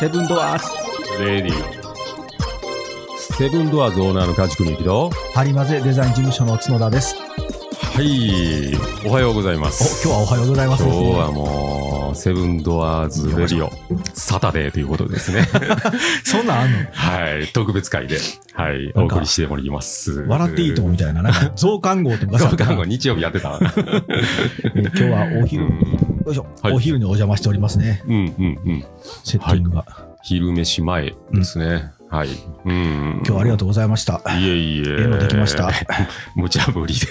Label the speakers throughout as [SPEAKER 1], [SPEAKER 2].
[SPEAKER 1] セブンドアーズ
[SPEAKER 2] レディセブンドアーズオーナーの家畜みゆきと、
[SPEAKER 3] ハリマゼデザイン事務所の角田です。
[SPEAKER 2] はい、おはようございま
[SPEAKER 3] お、
[SPEAKER 2] す。
[SPEAKER 3] 今日はおはようございます。
[SPEAKER 2] 今日はもう、セブンドアーズレディオ、サタデーということですね。
[SPEAKER 3] そんなんあん の
[SPEAKER 2] はい、特別会で、はい、
[SPEAKER 3] な
[SPEAKER 2] お
[SPEAKER 3] んか
[SPEAKER 2] 送りしております。
[SPEAKER 3] 笑っていいともみたいな、なんか増刊号とかさ
[SPEAKER 2] そう看護日曜日やってた。
[SPEAKER 3] えー今日はお
[SPEAKER 2] う
[SPEAKER 3] 昼、
[SPEAKER 2] ん、
[SPEAKER 3] よいしょ、
[SPEAKER 2] はい
[SPEAKER 3] お昼にお邪魔しておりますね、
[SPEAKER 2] うん、うん、うん。
[SPEAKER 3] セッティングが。
[SPEAKER 2] 昼飯前ですね。はい。うん。
[SPEAKER 3] 今日はありがとうございました。
[SPEAKER 2] う。いえいえ。
[SPEAKER 3] ええのできました。。
[SPEAKER 2] 無茶ぶりで。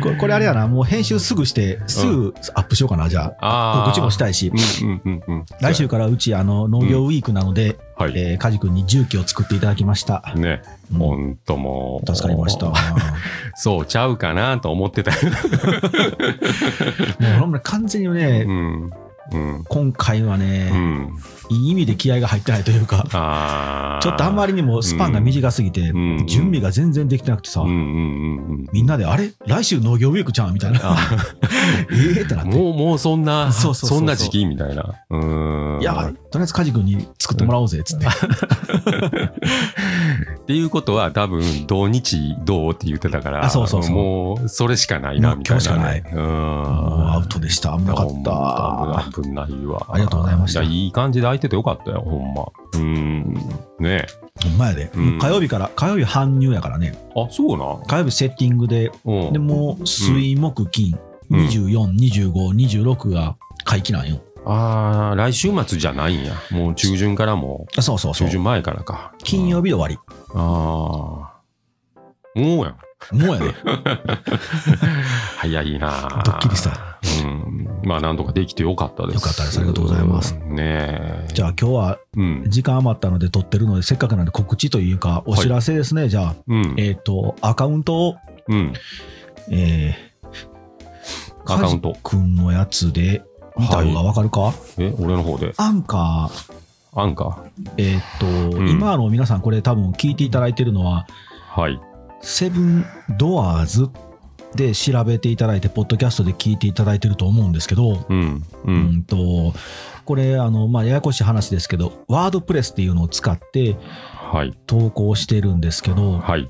[SPEAKER 3] これこれあれやな、もう編集すぐして、すぐアップしようかな、じゃあ。
[SPEAKER 2] ああ。
[SPEAKER 3] 告知もしたいし。
[SPEAKER 2] うん、うん、うん、うん。
[SPEAKER 3] 来週からうち、あの、農業ウィークなので、
[SPEAKER 2] はい。
[SPEAKER 3] えー、カジ君に重機を作っていただきました。
[SPEAKER 2] ね、
[SPEAKER 3] うん
[SPEAKER 2] ほんともう。
[SPEAKER 3] 助かりました。も。
[SPEAKER 2] そうちゃうかなと思ってた。
[SPEAKER 3] うほんまに完全にね、
[SPEAKER 2] うん。うん。
[SPEAKER 3] 今回は
[SPEAKER 2] う
[SPEAKER 3] ね、
[SPEAKER 2] ん。
[SPEAKER 3] いい意味で気合が入ってないというか、
[SPEAKER 2] ああ。
[SPEAKER 3] ちょっとあんま
[SPEAKER 2] り。
[SPEAKER 3] りにもスパンが短すぎて、
[SPEAKER 2] ん
[SPEAKER 3] 準備が全然できてなくてさ、
[SPEAKER 2] うんうんうんうん。
[SPEAKER 3] みんなで、あれ来週農業ウィークちゃんみたいな。ええってなって。
[SPEAKER 2] もう、もうそんな、
[SPEAKER 3] そうそうそうそうん
[SPEAKER 2] な時期みたいな。うーん。
[SPEAKER 3] いや、とりあえずカジ君に作ってもらおうぜ、つって。
[SPEAKER 2] っていうことは多分、同日どうって言ってたから、
[SPEAKER 3] あそうそうそう
[SPEAKER 2] もう、それしかないな、みたいな、ね。
[SPEAKER 3] も
[SPEAKER 2] う
[SPEAKER 3] もうア
[SPEAKER 2] ん。
[SPEAKER 3] ウトでした。危なかった。
[SPEAKER 2] 危ない危ないわ。
[SPEAKER 3] ありがとうございました
[SPEAKER 2] やいい感じで空いててよかったよ、ほんま。うん。ねえ。
[SPEAKER 3] ほんまやで。
[SPEAKER 2] うん
[SPEAKER 3] 火曜日から、火曜日搬入やからね。
[SPEAKER 2] あ、そうな。
[SPEAKER 3] 火曜日セッティングで、
[SPEAKER 2] うん。
[SPEAKER 3] でもう水木金、
[SPEAKER 2] うん
[SPEAKER 3] 24、25、26が回帰なんよ。
[SPEAKER 2] ああ、来週末じゃないんや。もう中旬からも
[SPEAKER 3] あそうそう
[SPEAKER 2] う、
[SPEAKER 3] そ
[SPEAKER 2] 中
[SPEAKER 3] う。
[SPEAKER 2] 旬前からか。
[SPEAKER 3] 金曜日で終わ
[SPEAKER 2] ああー。もうやん。
[SPEAKER 3] り。もうやで。
[SPEAKER 2] 早いな あ
[SPEAKER 3] ドッキリした。
[SPEAKER 2] うん。まあ、なんとかできてよかったです。
[SPEAKER 3] よかったですありがとうございます
[SPEAKER 2] んねえ。
[SPEAKER 3] じゃあ今日は
[SPEAKER 2] うん。
[SPEAKER 3] 時間余ったので撮ってるので、せっかくなんで告知というか、お知らせですね。じゃあ、
[SPEAKER 2] うん。
[SPEAKER 3] えっ、と、アカウントを、
[SPEAKER 2] うん。
[SPEAKER 3] えー、
[SPEAKER 2] アカウント
[SPEAKER 3] カジ君のやつで見た方がわかるか、
[SPEAKER 2] え、俺の方で。
[SPEAKER 3] アンカー、
[SPEAKER 2] アンカ
[SPEAKER 3] えっ、と、
[SPEAKER 2] うん
[SPEAKER 3] 今の皆さんこれ多分聞いていただいてるのは、
[SPEAKER 2] ー。はい。
[SPEAKER 3] セブンドアーズで調べていただいて、ポッドキャストで聞いていただいてると思うんですけど、
[SPEAKER 2] うん。う。
[SPEAKER 3] うんんと、これ、あの、まあ、ややこしい話ですけど、ワードプレスっていうのを使って
[SPEAKER 2] はい。
[SPEAKER 3] 投稿してるんですけど、
[SPEAKER 2] はい。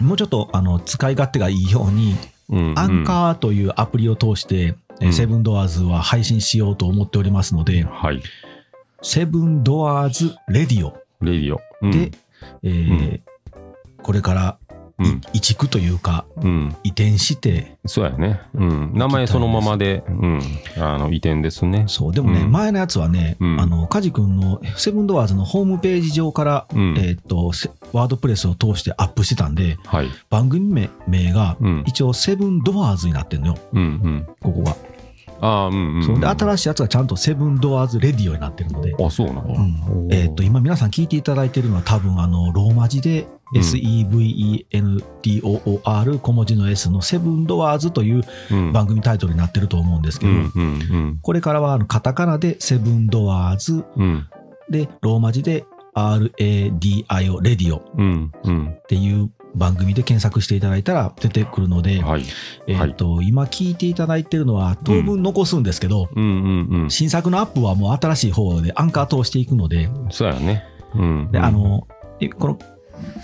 [SPEAKER 3] もうちょっと、あの、使い勝手がいいように、
[SPEAKER 2] うん。
[SPEAKER 3] アンカーというアプリを通して、え
[SPEAKER 2] う
[SPEAKER 3] ー
[SPEAKER 2] ん
[SPEAKER 3] セブンドアーズは配信しようと思っておりますので
[SPEAKER 2] ー。、はい。
[SPEAKER 3] セブンドアーズレディオ
[SPEAKER 2] レディオ。うん
[SPEAKER 3] で、、えーこれから
[SPEAKER 2] うん。
[SPEAKER 3] 移築というか、
[SPEAKER 2] うん。
[SPEAKER 3] 移転して、
[SPEAKER 2] そうやね。うん。名前そのままで、うん。あの、移転ですね。
[SPEAKER 3] そう、でもね、
[SPEAKER 2] うん
[SPEAKER 3] 前のやつはね、
[SPEAKER 2] うん
[SPEAKER 3] あの、カジ君のセブンドアーズのホームページ上から、
[SPEAKER 2] うん。
[SPEAKER 3] えーっと、せワードプレスを通してアップしてたんで、
[SPEAKER 2] はい。
[SPEAKER 3] 番組名名が、
[SPEAKER 2] うん。
[SPEAKER 3] 一応、セブンドアーズになってんのよ、
[SPEAKER 2] うんうん。
[SPEAKER 3] ここが。
[SPEAKER 2] ああ、うんうん。
[SPEAKER 3] そうで、新しいやつはちゃんとセブンドアーズレディオになってるので、
[SPEAKER 2] あ、そうなの
[SPEAKER 3] うんえーっと、今皆さん聞いていただいてるのは多分あのローマ字で
[SPEAKER 2] うん
[SPEAKER 3] SEVENDOOR 小文字の S のセブンドアーズという
[SPEAKER 2] うん
[SPEAKER 3] 番組タイトルになってると思うんですけ
[SPEAKER 2] う
[SPEAKER 3] ど、
[SPEAKER 2] んうん
[SPEAKER 3] これからはあのカタカナでセブンドアーズ
[SPEAKER 2] うん
[SPEAKER 3] でローマ字で RADIO レディオっ
[SPEAKER 2] うんうん
[SPEAKER 3] ていう番組で検索していただいたら出てくるので、
[SPEAKER 2] はい
[SPEAKER 3] えーっと今聞いていただいてるのは当分残すんですけど、
[SPEAKER 2] うんうん
[SPEAKER 3] 新作のアップはもう新しい方でアンカー通していくので、
[SPEAKER 2] うんそうやねうん
[SPEAKER 3] で、あの、えこの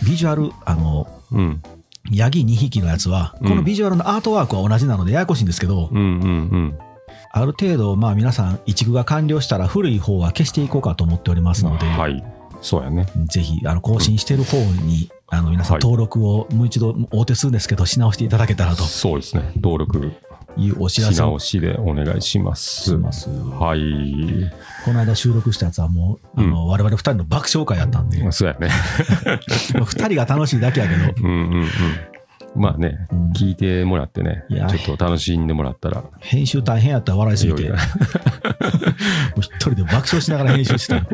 [SPEAKER 3] ビジュアル、あの、
[SPEAKER 2] うん
[SPEAKER 3] ヤギ2匹のやつは、
[SPEAKER 2] うん
[SPEAKER 3] このビジュアルのアートワークは同じなのでややこしいんですけど、
[SPEAKER 2] うんうんうん
[SPEAKER 3] ある程度、まあ皆さん、移築が完了したら古い方は消していこうかと思っておりますので、
[SPEAKER 2] はいそうやね
[SPEAKER 3] ぜひ、あの、更新してる方に、あの、皆さん
[SPEAKER 2] はい
[SPEAKER 3] 登録をもう一度、大手数ですけど、し直していただけたらと
[SPEAKER 2] そうですね登録
[SPEAKER 3] いうお知
[SPEAKER 2] し
[SPEAKER 3] らせを
[SPEAKER 2] 直しでお願いします
[SPEAKER 3] します。
[SPEAKER 2] はい
[SPEAKER 3] この間収録したやつはもう、あの、我々2人の爆笑会やったんで、
[SPEAKER 2] そうやね
[SPEAKER 3] 2人が楽しいだけやけど、
[SPEAKER 2] うんうんうんまあね
[SPEAKER 3] うん
[SPEAKER 2] 聞いてもらってね
[SPEAKER 3] いや
[SPEAKER 2] ちょっと楽しんでもらったら
[SPEAKER 3] 編集大変やったら笑いすぎて、
[SPEAKER 2] い
[SPEAKER 3] も
[SPEAKER 2] や
[SPEAKER 3] う
[SPEAKER 2] いや
[SPEAKER 3] 一人で爆笑しながら編集してた。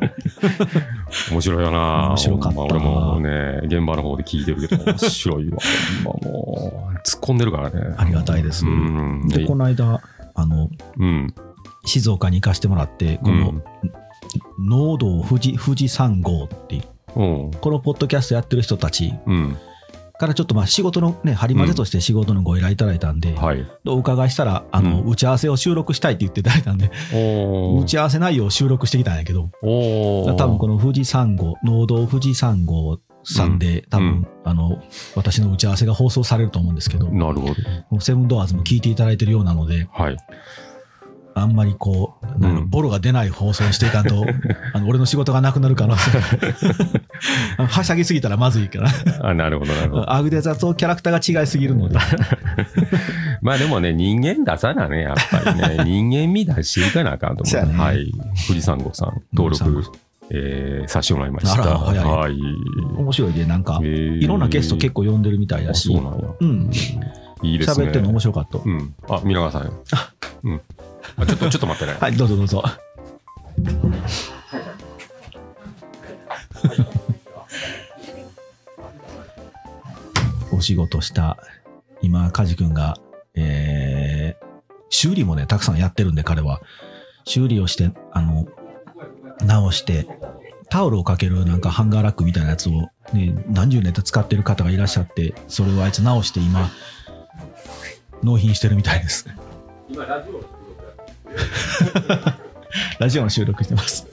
[SPEAKER 2] 面白いよな
[SPEAKER 3] 面白かった
[SPEAKER 2] ほんま俺もね現場の方で聞いて るけど面白いわほんまもう突っ込んでるからね
[SPEAKER 3] ありがたいです。
[SPEAKER 2] うん
[SPEAKER 3] で、この間、あの、
[SPEAKER 2] うん
[SPEAKER 3] 静岡に行かせてもらって、この、農道富士、富士山号っていう、
[SPEAKER 2] うん
[SPEAKER 3] このポッドキャストやってる人たち
[SPEAKER 2] うん
[SPEAKER 3] からちょっとまあ仕事のね、張り混ぜとして仕事のご依頼いただいたんで、
[SPEAKER 2] はい。
[SPEAKER 3] お伺いしたら、あの、
[SPEAKER 2] う
[SPEAKER 3] 打ち合わせを収録したいって言っていただいたんで、
[SPEAKER 2] お
[SPEAKER 3] 打ち合わせ内容を収録してきたんやけど、
[SPEAKER 2] お
[SPEAKER 3] 多分この富士山号、農道富士山号さんで、多分、
[SPEAKER 2] うん
[SPEAKER 3] あの、私の打ち合わせが放送されると思うんですけど、
[SPEAKER 2] なるほど。
[SPEAKER 3] セブンドアーズも聞いていただいてるようなので、
[SPEAKER 2] はい。
[SPEAKER 3] あんまりこう、なんか
[SPEAKER 2] うん
[SPEAKER 3] ボロが出ない放送にしていかん と、あの俺の仕事がなくなるから、あの はしゃぎすぎたらまずい から、
[SPEAKER 2] あ、なるほど、なるほど。
[SPEAKER 3] アグデザとキャラクターが違いすぎるので、
[SPEAKER 2] まあでもね、人間出さなね、やっぱり ね、人間味出していかなあかんと
[SPEAKER 3] そう
[SPEAKER 2] 思
[SPEAKER 3] や
[SPEAKER 2] う。
[SPEAKER 3] ね
[SPEAKER 2] はい。富士山号さん、登
[SPEAKER 3] 富
[SPEAKER 2] 録、えーさせてもらいまし
[SPEAKER 3] あら
[SPEAKER 2] た。
[SPEAKER 3] 早い
[SPEAKER 2] はい。
[SPEAKER 3] 面白いで、なんか、
[SPEAKER 2] い
[SPEAKER 3] いろんなゲスト結構呼んでるみたいだし、
[SPEAKER 2] そうなんや。
[SPEAKER 3] うん、
[SPEAKER 2] いいですね。
[SPEAKER 3] 喋ってるの面白かった。
[SPEAKER 2] うん。あ、皆川さん。うん。あ、ちょっと、ちょっと待 ってね。
[SPEAKER 3] はい、どうぞどうぞ。お仕事した今梶君が、えー修理もねたくさんやってるんで彼は修理をしてあの直してタオルをかけるなんかハンガーラックみたいなやつを、ね、何十年と使ってる方がいらっしゃってそれをあいつ直して今納品してるみたいですラジオの収録してます。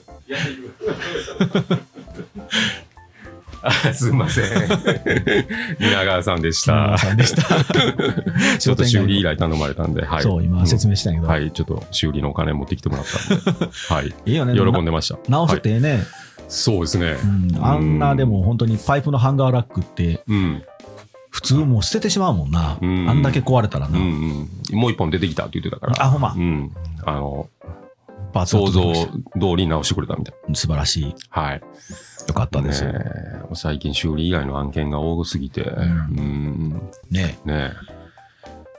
[SPEAKER 2] あすいません。 皆川さんでし
[SPEAKER 3] 北
[SPEAKER 2] た
[SPEAKER 3] 村。さんでした。
[SPEAKER 2] ちょっと修理依
[SPEAKER 3] 来。
[SPEAKER 2] 頼頼まれたんで、はい。
[SPEAKER 3] そう、今説明したんやけ
[SPEAKER 2] うん
[SPEAKER 3] ど。
[SPEAKER 2] はい、ちょっと修理のお金持ってきてもらったんで、 はい。
[SPEAKER 3] いいよね。
[SPEAKER 2] 喜ん
[SPEAKER 3] な
[SPEAKER 2] でました。
[SPEAKER 3] 直せてね、
[SPEAKER 2] そうですね。
[SPEAKER 3] うんあんなでも本当にパイプのハンガーラックって、
[SPEAKER 2] うん。
[SPEAKER 3] 普通もう捨ててしまうもんな。
[SPEAKER 2] うん
[SPEAKER 3] あんだけ壊れたら
[SPEAKER 2] う
[SPEAKER 3] な。
[SPEAKER 2] んうん。もう一本出てきたって言ってたから。
[SPEAKER 3] あ、ほんま
[SPEAKER 2] う。ん。あの、
[SPEAKER 3] バツ
[SPEAKER 2] 想像通り直してくれたみたい。
[SPEAKER 3] 素晴らしい。
[SPEAKER 2] はい。
[SPEAKER 3] よかったですよ。
[SPEAKER 2] ねえ最近修理以外の案件が多すぎて、
[SPEAKER 3] ん
[SPEAKER 2] うん。
[SPEAKER 3] ね
[SPEAKER 2] ねえ。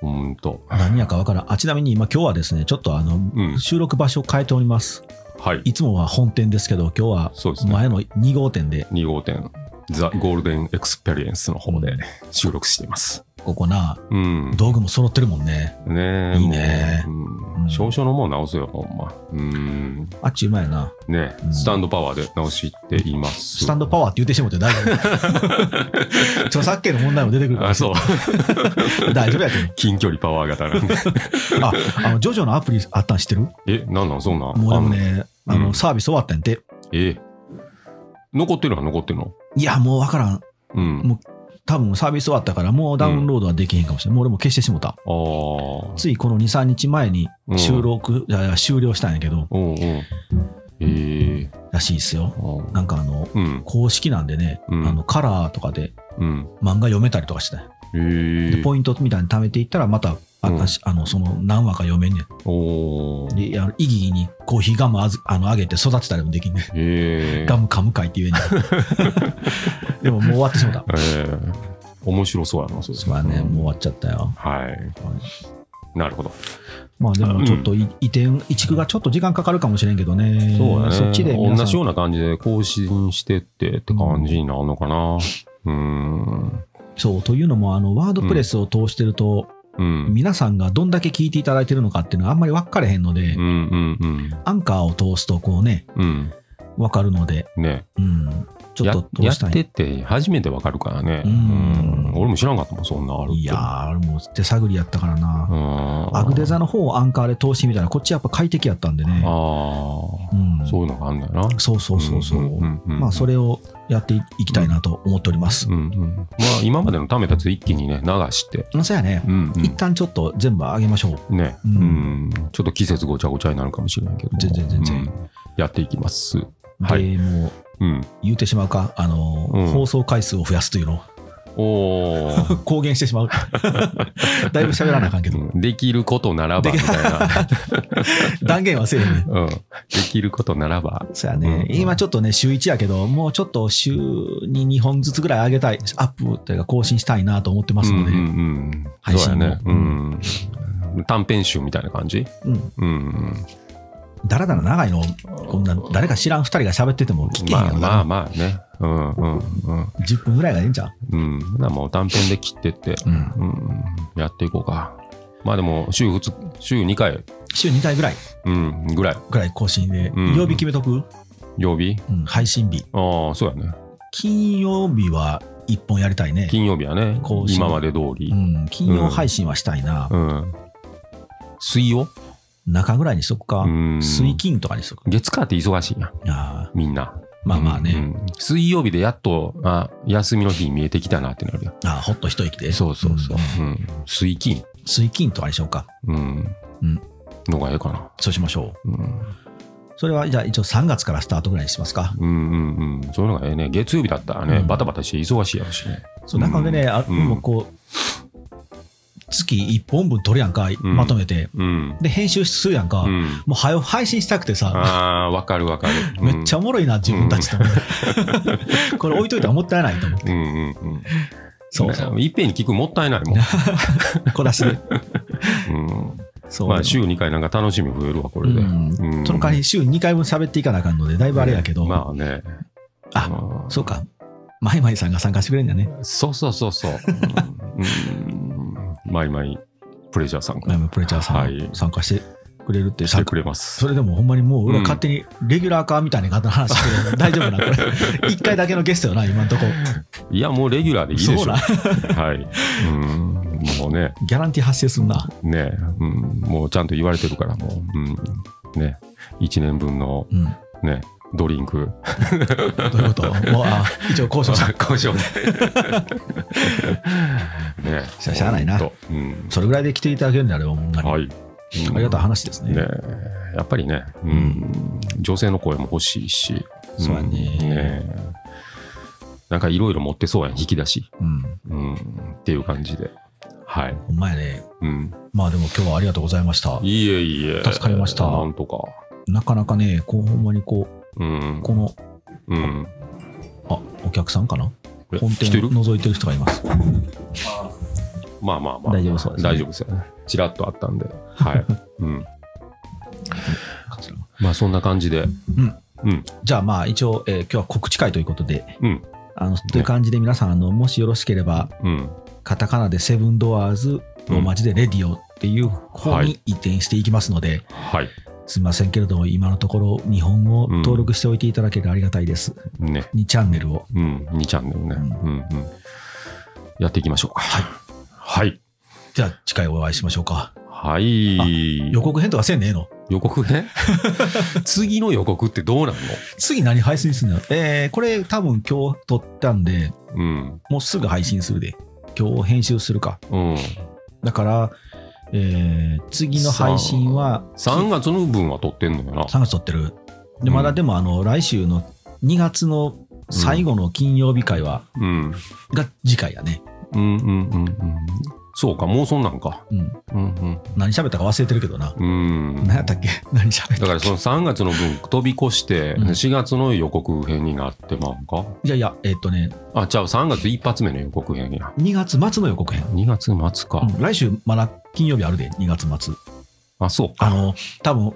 [SPEAKER 2] ほんと。
[SPEAKER 3] 何やかわからん。あ、ちなみに今今日はですね、ちょっとあの、
[SPEAKER 2] うん。
[SPEAKER 3] 収録場所を変えております。
[SPEAKER 2] はい。
[SPEAKER 3] いつもは本店ですけど、今日は
[SPEAKER 2] そうですね
[SPEAKER 3] 前の2号店で、
[SPEAKER 2] 2号店、ザ・ゴールデン・エクスペリエンスの方で収録しています。
[SPEAKER 3] ここな、
[SPEAKER 2] うん。
[SPEAKER 3] 道具も揃ってるもんね。
[SPEAKER 2] ねえ。
[SPEAKER 3] いいね
[SPEAKER 2] もうう
[SPEAKER 3] うん
[SPEAKER 2] ん少々のもん直せよ、ほんま。うん。
[SPEAKER 3] あっちうまいな。
[SPEAKER 2] ね
[SPEAKER 3] うん
[SPEAKER 2] え、スタンドパワーで直しています。
[SPEAKER 3] スタンドパワーって言ってしもって大丈 夫。著作権の問題も出てくるから
[SPEAKER 2] あ、そう。
[SPEAKER 3] 大丈夫やけ
[SPEAKER 2] 近距離パワー 型なんで。
[SPEAKER 3] ど。あ、あの、ジョジョのアプリあったん知ってる
[SPEAKER 2] え、なんなん、そんなん。
[SPEAKER 3] もうでもね、
[SPEAKER 2] あの
[SPEAKER 3] あの、
[SPEAKER 2] うん
[SPEAKER 3] サービス終わったんやて。
[SPEAKER 2] あんの。え、残ってるのは残ってるの
[SPEAKER 3] いや、もうわからん。
[SPEAKER 2] うん。
[SPEAKER 3] 多分サービス終わったから、もうダウンロードはできへんかもしれない。もう俺も消してしもた。
[SPEAKER 2] ああ。
[SPEAKER 3] ついこの2、3日前に
[SPEAKER 2] うん
[SPEAKER 3] 収録、いやいや終了したんやけど、
[SPEAKER 2] うんうん。えー
[SPEAKER 3] らしいっすよ。
[SPEAKER 2] あー
[SPEAKER 3] なんかあの、
[SPEAKER 2] うん。
[SPEAKER 3] 公式なんでね、
[SPEAKER 2] うん
[SPEAKER 3] あのカラーとかで
[SPEAKER 2] うん。
[SPEAKER 3] 漫画読めたりとかして、
[SPEAKER 2] え
[SPEAKER 3] で
[SPEAKER 2] ー、
[SPEAKER 3] ポイントみたいに貯めていったら、また、あ
[SPEAKER 2] うん
[SPEAKER 3] あのその何話か読めんねん。
[SPEAKER 2] おー。
[SPEAKER 3] で、あの意義にコーヒーガムあずあのあげて育てたりもできんねん。
[SPEAKER 2] えー
[SPEAKER 3] ガム噛むかいって言えんね ん。でももう終わってしまった。
[SPEAKER 2] えー、面白そうやな、それ。
[SPEAKER 3] そうやね、もう終わっちゃったよ。
[SPEAKER 2] はい。なるほど。
[SPEAKER 3] まあでもちょっとい移転、移築がちょっと時間かかるかもしれんけどね。そっちで皆さ
[SPEAKER 2] 同
[SPEAKER 3] ん
[SPEAKER 2] じような感じで更新してってって感じになるのかな。うん。
[SPEAKER 3] そう、というのも、あの、ワードプレスを通してると、
[SPEAKER 2] うん。
[SPEAKER 3] 皆さんがどんだけ聞いていただいてるのかっていうのはあんまり分かれへんので、
[SPEAKER 2] うんうんうん。
[SPEAKER 3] アンカーを通すとこうね、
[SPEAKER 2] うん。
[SPEAKER 3] 分かるので、
[SPEAKER 2] ね
[SPEAKER 3] うん、ちょっと
[SPEAKER 2] や
[SPEAKER 3] 通した
[SPEAKER 2] やっ
[SPEAKER 3] い。
[SPEAKER 2] てて初めてわかるからね。
[SPEAKER 3] う
[SPEAKER 2] うんん。俺も知らんかったもん、そんなあるって。
[SPEAKER 3] いやー、俺もう手探りやったから
[SPEAKER 2] う
[SPEAKER 3] な。
[SPEAKER 2] ん。
[SPEAKER 3] アグデザの方をアンカーで通してみたら、こっちやっぱ快適やったんでね
[SPEAKER 2] あ。
[SPEAKER 3] う
[SPEAKER 2] あ。
[SPEAKER 3] ん、
[SPEAKER 2] そういうのがあるんだよな。
[SPEAKER 3] そうそうそうそう。まあ、そ
[SPEAKER 2] れ。
[SPEAKER 3] れをやっていいきたいなと思っております
[SPEAKER 2] う。んうん。まあ、今までのためたやつ一気にね、流して。
[SPEAKER 3] そうやね。
[SPEAKER 2] うん
[SPEAKER 3] 一旦ちょっと全部上げましょう。
[SPEAKER 2] うん。ね。
[SPEAKER 3] う
[SPEAKER 2] うんん。ちょっと季節ごちゃごちゃになるかもしれないけど。
[SPEAKER 3] 全然全然
[SPEAKER 2] うん。やっていきます。はい。
[SPEAKER 3] で、もう
[SPEAKER 2] うん。
[SPEAKER 3] 言ってしまうか、あの、
[SPEAKER 2] うん
[SPEAKER 3] 放送回数を増やすというのを
[SPEAKER 2] おー
[SPEAKER 3] 公言してしまう。 だいぶ喋らなあかんけど、
[SPEAKER 2] うんできることならばみたいな、
[SPEAKER 3] 断言はせえへんね。
[SPEAKER 2] うん、できることならば
[SPEAKER 3] そうやね、
[SPEAKER 2] うん
[SPEAKER 3] 今ちょっとね、週1やけど、もうちょっと週に2本ずつぐらい上げたい、アップというか更新したいなと思ってますので、
[SPEAKER 2] う
[SPEAKER 3] うん、
[SPEAKER 2] うんんうん、
[SPEAKER 3] 配信
[SPEAKER 2] そうやね、
[SPEAKER 3] も
[SPEAKER 2] うん、短編集みたいな感じ、うん、
[SPEAKER 3] だらだら長いの、こんな、誰か知らん2人が喋ってても聞けへん
[SPEAKER 2] ま
[SPEAKER 3] や
[SPEAKER 2] あ
[SPEAKER 3] ろ、
[SPEAKER 2] まあまあねうんうんうん
[SPEAKER 3] 10分ぐらいがええんちゃう、
[SPEAKER 2] うんほなもう短編で切ってって、
[SPEAKER 3] うん、
[SPEAKER 2] うん、やっていこうかまあでも週2週2回、
[SPEAKER 3] 週2回ぐらい
[SPEAKER 2] うん、ぐらい
[SPEAKER 3] ぐらい更新で、
[SPEAKER 2] うん
[SPEAKER 3] 曜日決めとく、
[SPEAKER 2] 曜日
[SPEAKER 3] うん、配信日。
[SPEAKER 2] ああそうやね
[SPEAKER 3] 金曜日は一本やりたいね。
[SPEAKER 2] 金曜日はね
[SPEAKER 3] 更、新
[SPEAKER 2] 今まで通り
[SPEAKER 3] う。ん、金曜配信はしたいな。
[SPEAKER 2] うん。水曜
[SPEAKER 3] 中ぐらいにしとくか。
[SPEAKER 2] うん
[SPEAKER 3] 水金とかにしとく。
[SPEAKER 2] 月火って忙しいやん、
[SPEAKER 3] あ
[SPEAKER 2] みんな。
[SPEAKER 3] ーまあまあね。
[SPEAKER 2] うん水曜日でやっと、あ、休みの日見えてきたなってなるやん。
[SPEAKER 3] あーほっと一息で。
[SPEAKER 2] そうそうそう。
[SPEAKER 3] ん
[SPEAKER 2] うん。水金。
[SPEAKER 3] 水金とかにしようか。
[SPEAKER 2] うん。
[SPEAKER 3] うん
[SPEAKER 2] のがええかな。
[SPEAKER 3] そうしましょう。
[SPEAKER 2] うん。
[SPEAKER 3] それはじゃあ一応3月からスタートぐらいにしますか。
[SPEAKER 2] うんうんうん。そういうのがええね。月曜日だったらね、
[SPEAKER 3] うん
[SPEAKER 2] バタバタして忙しいやろしね。
[SPEAKER 3] そうなんかね、あ
[SPEAKER 2] うん
[SPEAKER 3] もうこう、月1本分撮るやんか、
[SPEAKER 2] ん
[SPEAKER 3] まとめて。
[SPEAKER 2] うん。
[SPEAKER 3] で、編集するやんか。
[SPEAKER 2] うん。
[SPEAKER 3] もう早う配信したくてさ、。
[SPEAKER 2] ああー、わかるわかる
[SPEAKER 3] めっちゃ
[SPEAKER 2] う
[SPEAKER 3] おもろいな、自分たちと思って。 これ置いといたらもったいないと思って。
[SPEAKER 2] んうんうんうん。
[SPEAKER 3] そうそう。
[SPEAKER 2] いっぺんに聞くもったいない もん。
[SPEAKER 3] 小出しで。
[SPEAKER 2] うん
[SPEAKER 3] そう。
[SPEAKER 2] まあ、週2回なんか楽しみ増えるわ、これで。
[SPEAKER 3] うん
[SPEAKER 2] うん
[SPEAKER 3] その代わり週2回分喋っていかなあかんので、だいぶあれやけど、
[SPEAKER 2] まあね。
[SPEAKER 3] あ
[SPEAKER 2] の
[SPEAKER 3] そうか、マイマイさんが参加してくれるんだね。
[SPEAKER 2] そうそうそうそう。うんマイマイプレジャーさん
[SPEAKER 3] マイ
[SPEAKER 2] が
[SPEAKER 3] マイプレチャーさ
[SPEAKER 2] は
[SPEAKER 3] ん
[SPEAKER 2] い
[SPEAKER 3] 参加してくれるって、
[SPEAKER 2] してくれます。
[SPEAKER 3] それでもほんまにもう俺は
[SPEAKER 2] うん
[SPEAKER 3] 勝手にレギュラー化みたいな方の話してる 大丈夫な、これ。1回 だけのゲストよな、今んとこ。
[SPEAKER 2] いや、もうレギュラーでいいでしょ。
[SPEAKER 3] そうな
[SPEAKER 2] はい。うんもうね、
[SPEAKER 3] ギャランティー発生すんな。
[SPEAKER 2] ね、うんもうちゃんと言われてるから、もう、うんね、1年分の
[SPEAKER 3] うん。
[SPEAKER 2] ね、ドリンク、
[SPEAKER 3] どういうこともう、あ、一応交渉した。
[SPEAKER 2] 交渉で。ね
[SPEAKER 3] しゃしゃあないな
[SPEAKER 2] ほんとうん
[SPEAKER 3] それぐらいで来ていただけるんであれば、ほんまに。
[SPEAKER 2] はい。
[SPEAKER 3] ありがたい話ですね。
[SPEAKER 2] ねえやっぱりね、うん、女性の声も欲しいし、
[SPEAKER 3] そうやね
[SPEAKER 2] んえなんかいろいろ持ってそうやん、引き出し、
[SPEAKER 3] うん。
[SPEAKER 2] うん、っていう感じで、はい、
[SPEAKER 3] ほんまやね。
[SPEAKER 2] うん、
[SPEAKER 3] まあでも今日はありがとうございました。
[SPEAKER 2] いえいえ、
[SPEAKER 3] 助かりました
[SPEAKER 2] なんとか、
[SPEAKER 3] なかなかね、こう、ほんまにこう、
[SPEAKER 2] うん、
[SPEAKER 3] この、
[SPEAKER 2] うん、
[SPEAKER 3] あ、お客さんかな
[SPEAKER 2] え
[SPEAKER 3] 本
[SPEAKER 2] 来
[SPEAKER 3] 店
[SPEAKER 2] てる
[SPEAKER 3] を覗いてる人がいます。
[SPEAKER 2] まあまあまあ、
[SPEAKER 3] 大丈夫そうですね
[SPEAKER 2] 大丈夫ですよね、ちらっとあったんで、 はい、うん、
[SPEAKER 3] こちら
[SPEAKER 2] まあそんな感じで、
[SPEAKER 3] うん、
[SPEAKER 2] うん、
[SPEAKER 3] じゃあまあ一応、えー今日は告知会ということで、
[SPEAKER 2] うん、
[SPEAKER 3] あのという感じで皆さんあのもしよろしければ
[SPEAKER 2] うん、
[SPEAKER 3] カタカナでセブンドアーズローマ字でレディオっていう方
[SPEAKER 2] はい
[SPEAKER 3] に移転していきますので、
[SPEAKER 2] はい、
[SPEAKER 3] すいませんけれども今のところ日本語を登録しておいていただけるばありがたいです、
[SPEAKER 2] ね、
[SPEAKER 3] 2チャンネルを
[SPEAKER 2] うん、2チャンネルね、うん、うん、やっていきましょうか。はい。はい
[SPEAKER 3] じゃあ次回お会いしましょうか
[SPEAKER 2] はい。
[SPEAKER 3] 予告編とかせんねえの
[SPEAKER 2] 予 告編次の予告ってどうなんの
[SPEAKER 3] 次何配信するのえー、これ多分今日撮ったんで
[SPEAKER 2] うん。
[SPEAKER 3] もうすぐ配信するで今日編集するか
[SPEAKER 2] うん。
[SPEAKER 3] だから、えー次の配信は
[SPEAKER 2] 3月の分は撮ってんのよ
[SPEAKER 3] 3月撮ってる。で、
[SPEAKER 2] うん
[SPEAKER 3] まだでも、あの、来週の2月の最後の金曜日会は、
[SPEAKER 2] な。うん。
[SPEAKER 3] が次回やね。
[SPEAKER 2] うんうんうんうん。そうか、もうそんなんか。
[SPEAKER 3] うん。
[SPEAKER 2] うん
[SPEAKER 3] 何喋ったか忘れてるけどな。
[SPEAKER 2] うん。うん。
[SPEAKER 3] 何やったっけ 何喋った
[SPEAKER 2] だからその3月の分飛び越して
[SPEAKER 3] うん
[SPEAKER 2] 4月の予告編になってまうんか、
[SPEAKER 3] いやいや、えっとね、
[SPEAKER 2] あ、じゃあ3月一発目の予告編や。
[SPEAKER 3] 2月末の予告編。
[SPEAKER 2] 2月末か。
[SPEAKER 3] うん来週、まだ金曜日あるで、2月末。
[SPEAKER 2] あ、そう
[SPEAKER 3] あ
[SPEAKER 2] か。
[SPEAKER 3] の、多分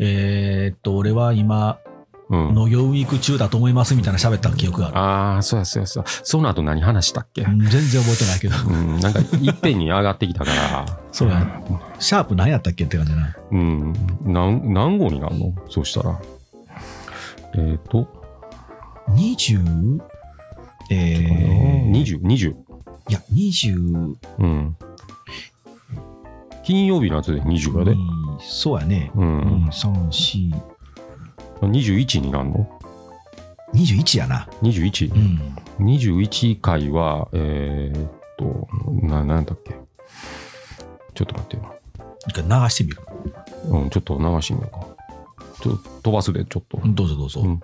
[SPEAKER 3] えーっと、俺は今、
[SPEAKER 2] うん。
[SPEAKER 3] 農業ウィーク中だと思いますみたいな喋った記憶がある。
[SPEAKER 2] ああ、そうやそうやそうや。その後何話したっけ、
[SPEAKER 3] うん全然覚えてないけど。
[SPEAKER 2] うん、なんかいっぺんに上がってきたから。
[SPEAKER 3] そうやな。シャープ何やったっけって感じだな。
[SPEAKER 2] うん。何、何号になるのそうしたら。えっ、ー、と、
[SPEAKER 3] 20? えー、
[SPEAKER 2] 20、20。
[SPEAKER 3] いや、20、
[SPEAKER 2] うん。金曜日のやつで20やで。
[SPEAKER 3] うんそうやね。
[SPEAKER 2] うん。
[SPEAKER 3] 3、4、
[SPEAKER 2] 21になるの
[SPEAKER 3] 21やな。
[SPEAKER 2] ?21。
[SPEAKER 3] うん。
[SPEAKER 2] 21回は、えー、っと、な、なんだっけ。ちょっと待ってよ
[SPEAKER 3] 一回流してみる。
[SPEAKER 2] な。うん、ちょっと流してみようか。ちょ飛ばすで、ちょっと。
[SPEAKER 3] どうぞどうぞ。
[SPEAKER 2] う
[SPEAKER 3] うん
[SPEAKER 2] ん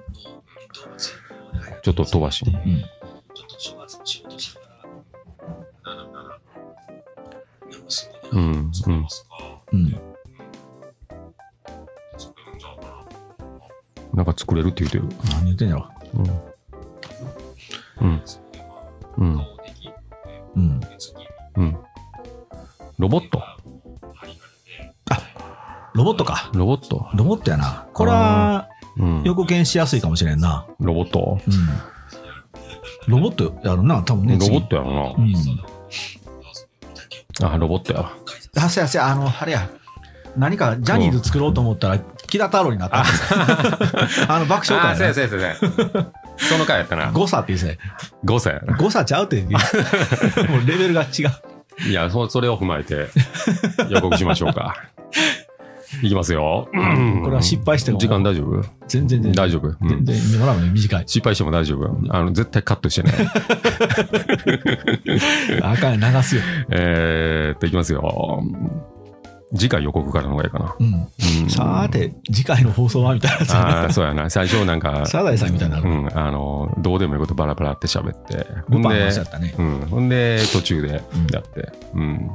[SPEAKER 2] ちょっと飛ばしてみよう。うん、うん。
[SPEAKER 3] うん。
[SPEAKER 2] なんか作れるって言ってる。
[SPEAKER 3] 何言ってんやろ。
[SPEAKER 2] うん。うん。
[SPEAKER 3] うん。
[SPEAKER 2] うん。ロボット
[SPEAKER 3] ロボットか。
[SPEAKER 2] ロボット
[SPEAKER 3] ロボットやな。これは
[SPEAKER 2] うん。
[SPEAKER 3] 予告編しやすいかもしれんな。
[SPEAKER 2] ロボット
[SPEAKER 3] うん。ロボットやろな、多分ね。
[SPEAKER 2] ロ
[SPEAKER 3] 次
[SPEAKER 2] ボットやろ
[SPEAKER 3] うん。
[SPEAKER 2] な。あ、ロボットや。
[SPEAKER 3] あ、せやせや、あの、あれや。何かジャニー ズ作ろうと思ったら、木田太郎になったんです。あの、爆笑会やな。
[SPEAKER 2] そうやそうや。その回やった な。
[SPEAKER 3] 誤差って言うね。
[SPEAKER 2] 誤差やな。
[SPEAKER 3] 誤差ちゃうって 言うもうレベルが違う。
[SPEAKER 2] いや、そそれを踏まえて予告しましょう か。いきますよ。
[SPEAKER 3] これは失敗しても
[SPEAKER 2] 時間大丈夫
[SPEAKER 3] 全然全然。
[SPEAKER 2] 大丈夫、うん
[SPEAKER 3] 全然、今のラーメン短い。
[SPEAKER 2] 失敗しても大丈夫あの絶対カットして ね。
[SPEAKER 3] あかん、流すよ。
[SPEAKER 2] えーっと、いきますよ。次回予告からの方がいいかな。
[SPEAKER 3] うん。
[SPEAKER 2] うん
[SPEAKER 3] さーて、次回の放送はみたいなさ、
[SPEAKER 2] ああ、そうやな。最初なんか、
[SPEAKER 3] サザエさんみたいにな
[SPEAKER 2] う
[SPEAKER 3] る。
[SPEAKER 2] ん、あの、どうでもいいことバラバラって喋って。
[SPEAKER 3] ルパンの
[SPEAKER 2] で
[SPEAKER 3] 話だ、ったね。
[SPEAKER 2] うん、ほんで、途中で
[SPEAKER 3] うん
[SPEAKER 2] やって。うん。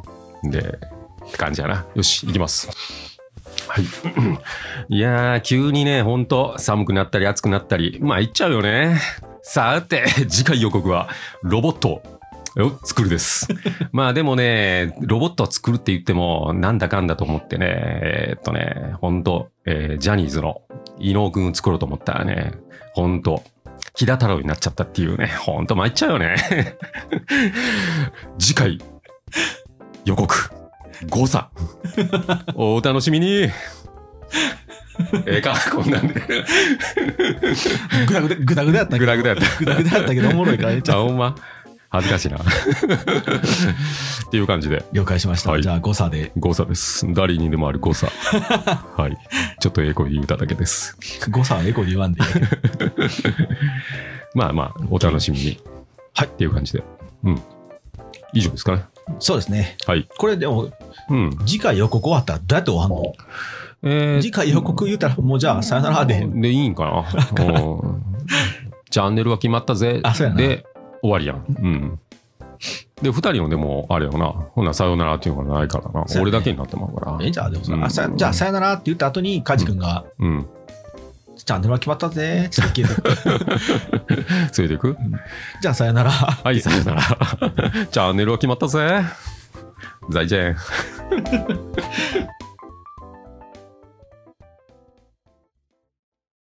[SPEAKER 2] で、って感じやな。よし、いきます。はい。 いやー、急にね、ほんと、寒くなったり暑くなったり、まあ、いっちゃうよね。さて、 次回予告は、ロボットを作るです。 まあでもね、ロボットを作るって言っても、なんだかんだと思ってね、えーっとね、ほんと、えージャニーズの伊野尾くんを作ろうと思ったらね、ほんと、木田太郎になっちゃったっていうね、ほんと参っちゃうよね。 次回、予告、誤差。お楽しみに。ええか、こんなんで。
[SPEAKER 3] ぐだぐだ、ぐだぐだやったけ
[SPEAKER 2] グ
[SPEAKER 3] ど。
[SPEAKER 2] ダグダやった。
[SPEAKER 3] ぐだぐだやったけど、おもろいからね。ちょっ
[SPEAKER 2] あ、
[SPEAKER 3] と
[SPEAKER 2] ほんま。恥ずかしいな。っていう感じで、
[SPEAKER 3] 了解しました。
[SPEAKER 2] はい
[SPEAKER 3] じゃあ、誤差で。
[SPEAKER 2] 誤差です。誰にでもある誤差。はい。ちょっとええ声で言うただけです。
[SPEAKER 3] 誤差はエコで言わんでいい。
[SPEAKER 2] まあまあ、お楽しみに。はい。っていう感じで。うん。以上ですかね。
[SPEAKER 3] そうですね。
[SPEAKER 2] はい。
[SPEAKER 3] これでも、
[SPEAKER 2] うん。
[SPEAKER 3] 次回予告終わったらどうやって終わんの
[SPEAKER 2] え
[SPEAKER 3] 次回予告言うたら、もうじゃあ、さよならで。
[SPEAKER 2] で、いいんかな。うんチャンネルは決まったぜ。
[SPEAKER 3] あそうやな
[SPEAKER 2] で、終わりやん。うん。で、二人のでも、あれよな。ほな、さよならっていうのがないからな。
[SPEAKER 3] そうやね
[SPEAKER 2] 俺だけになってまうから。
[SPEAKER 3] え、じゃあ、でもさ、
[SPEAKER 2] うん
[SPEAKER 3] あさじゃあ、さよならって言った後に、カジ君が、
[SPEAKER 2] うん。
[SPEAKER 3] チャンネルは決まったぜ、つって消え てく
[SPEAKER 2] 連れていく
[SPEAKER 3] じゃあ、さよなら。
[SPEAKER 2] はい、さ よなら。チャンネルは決まったぜ。在じゃん。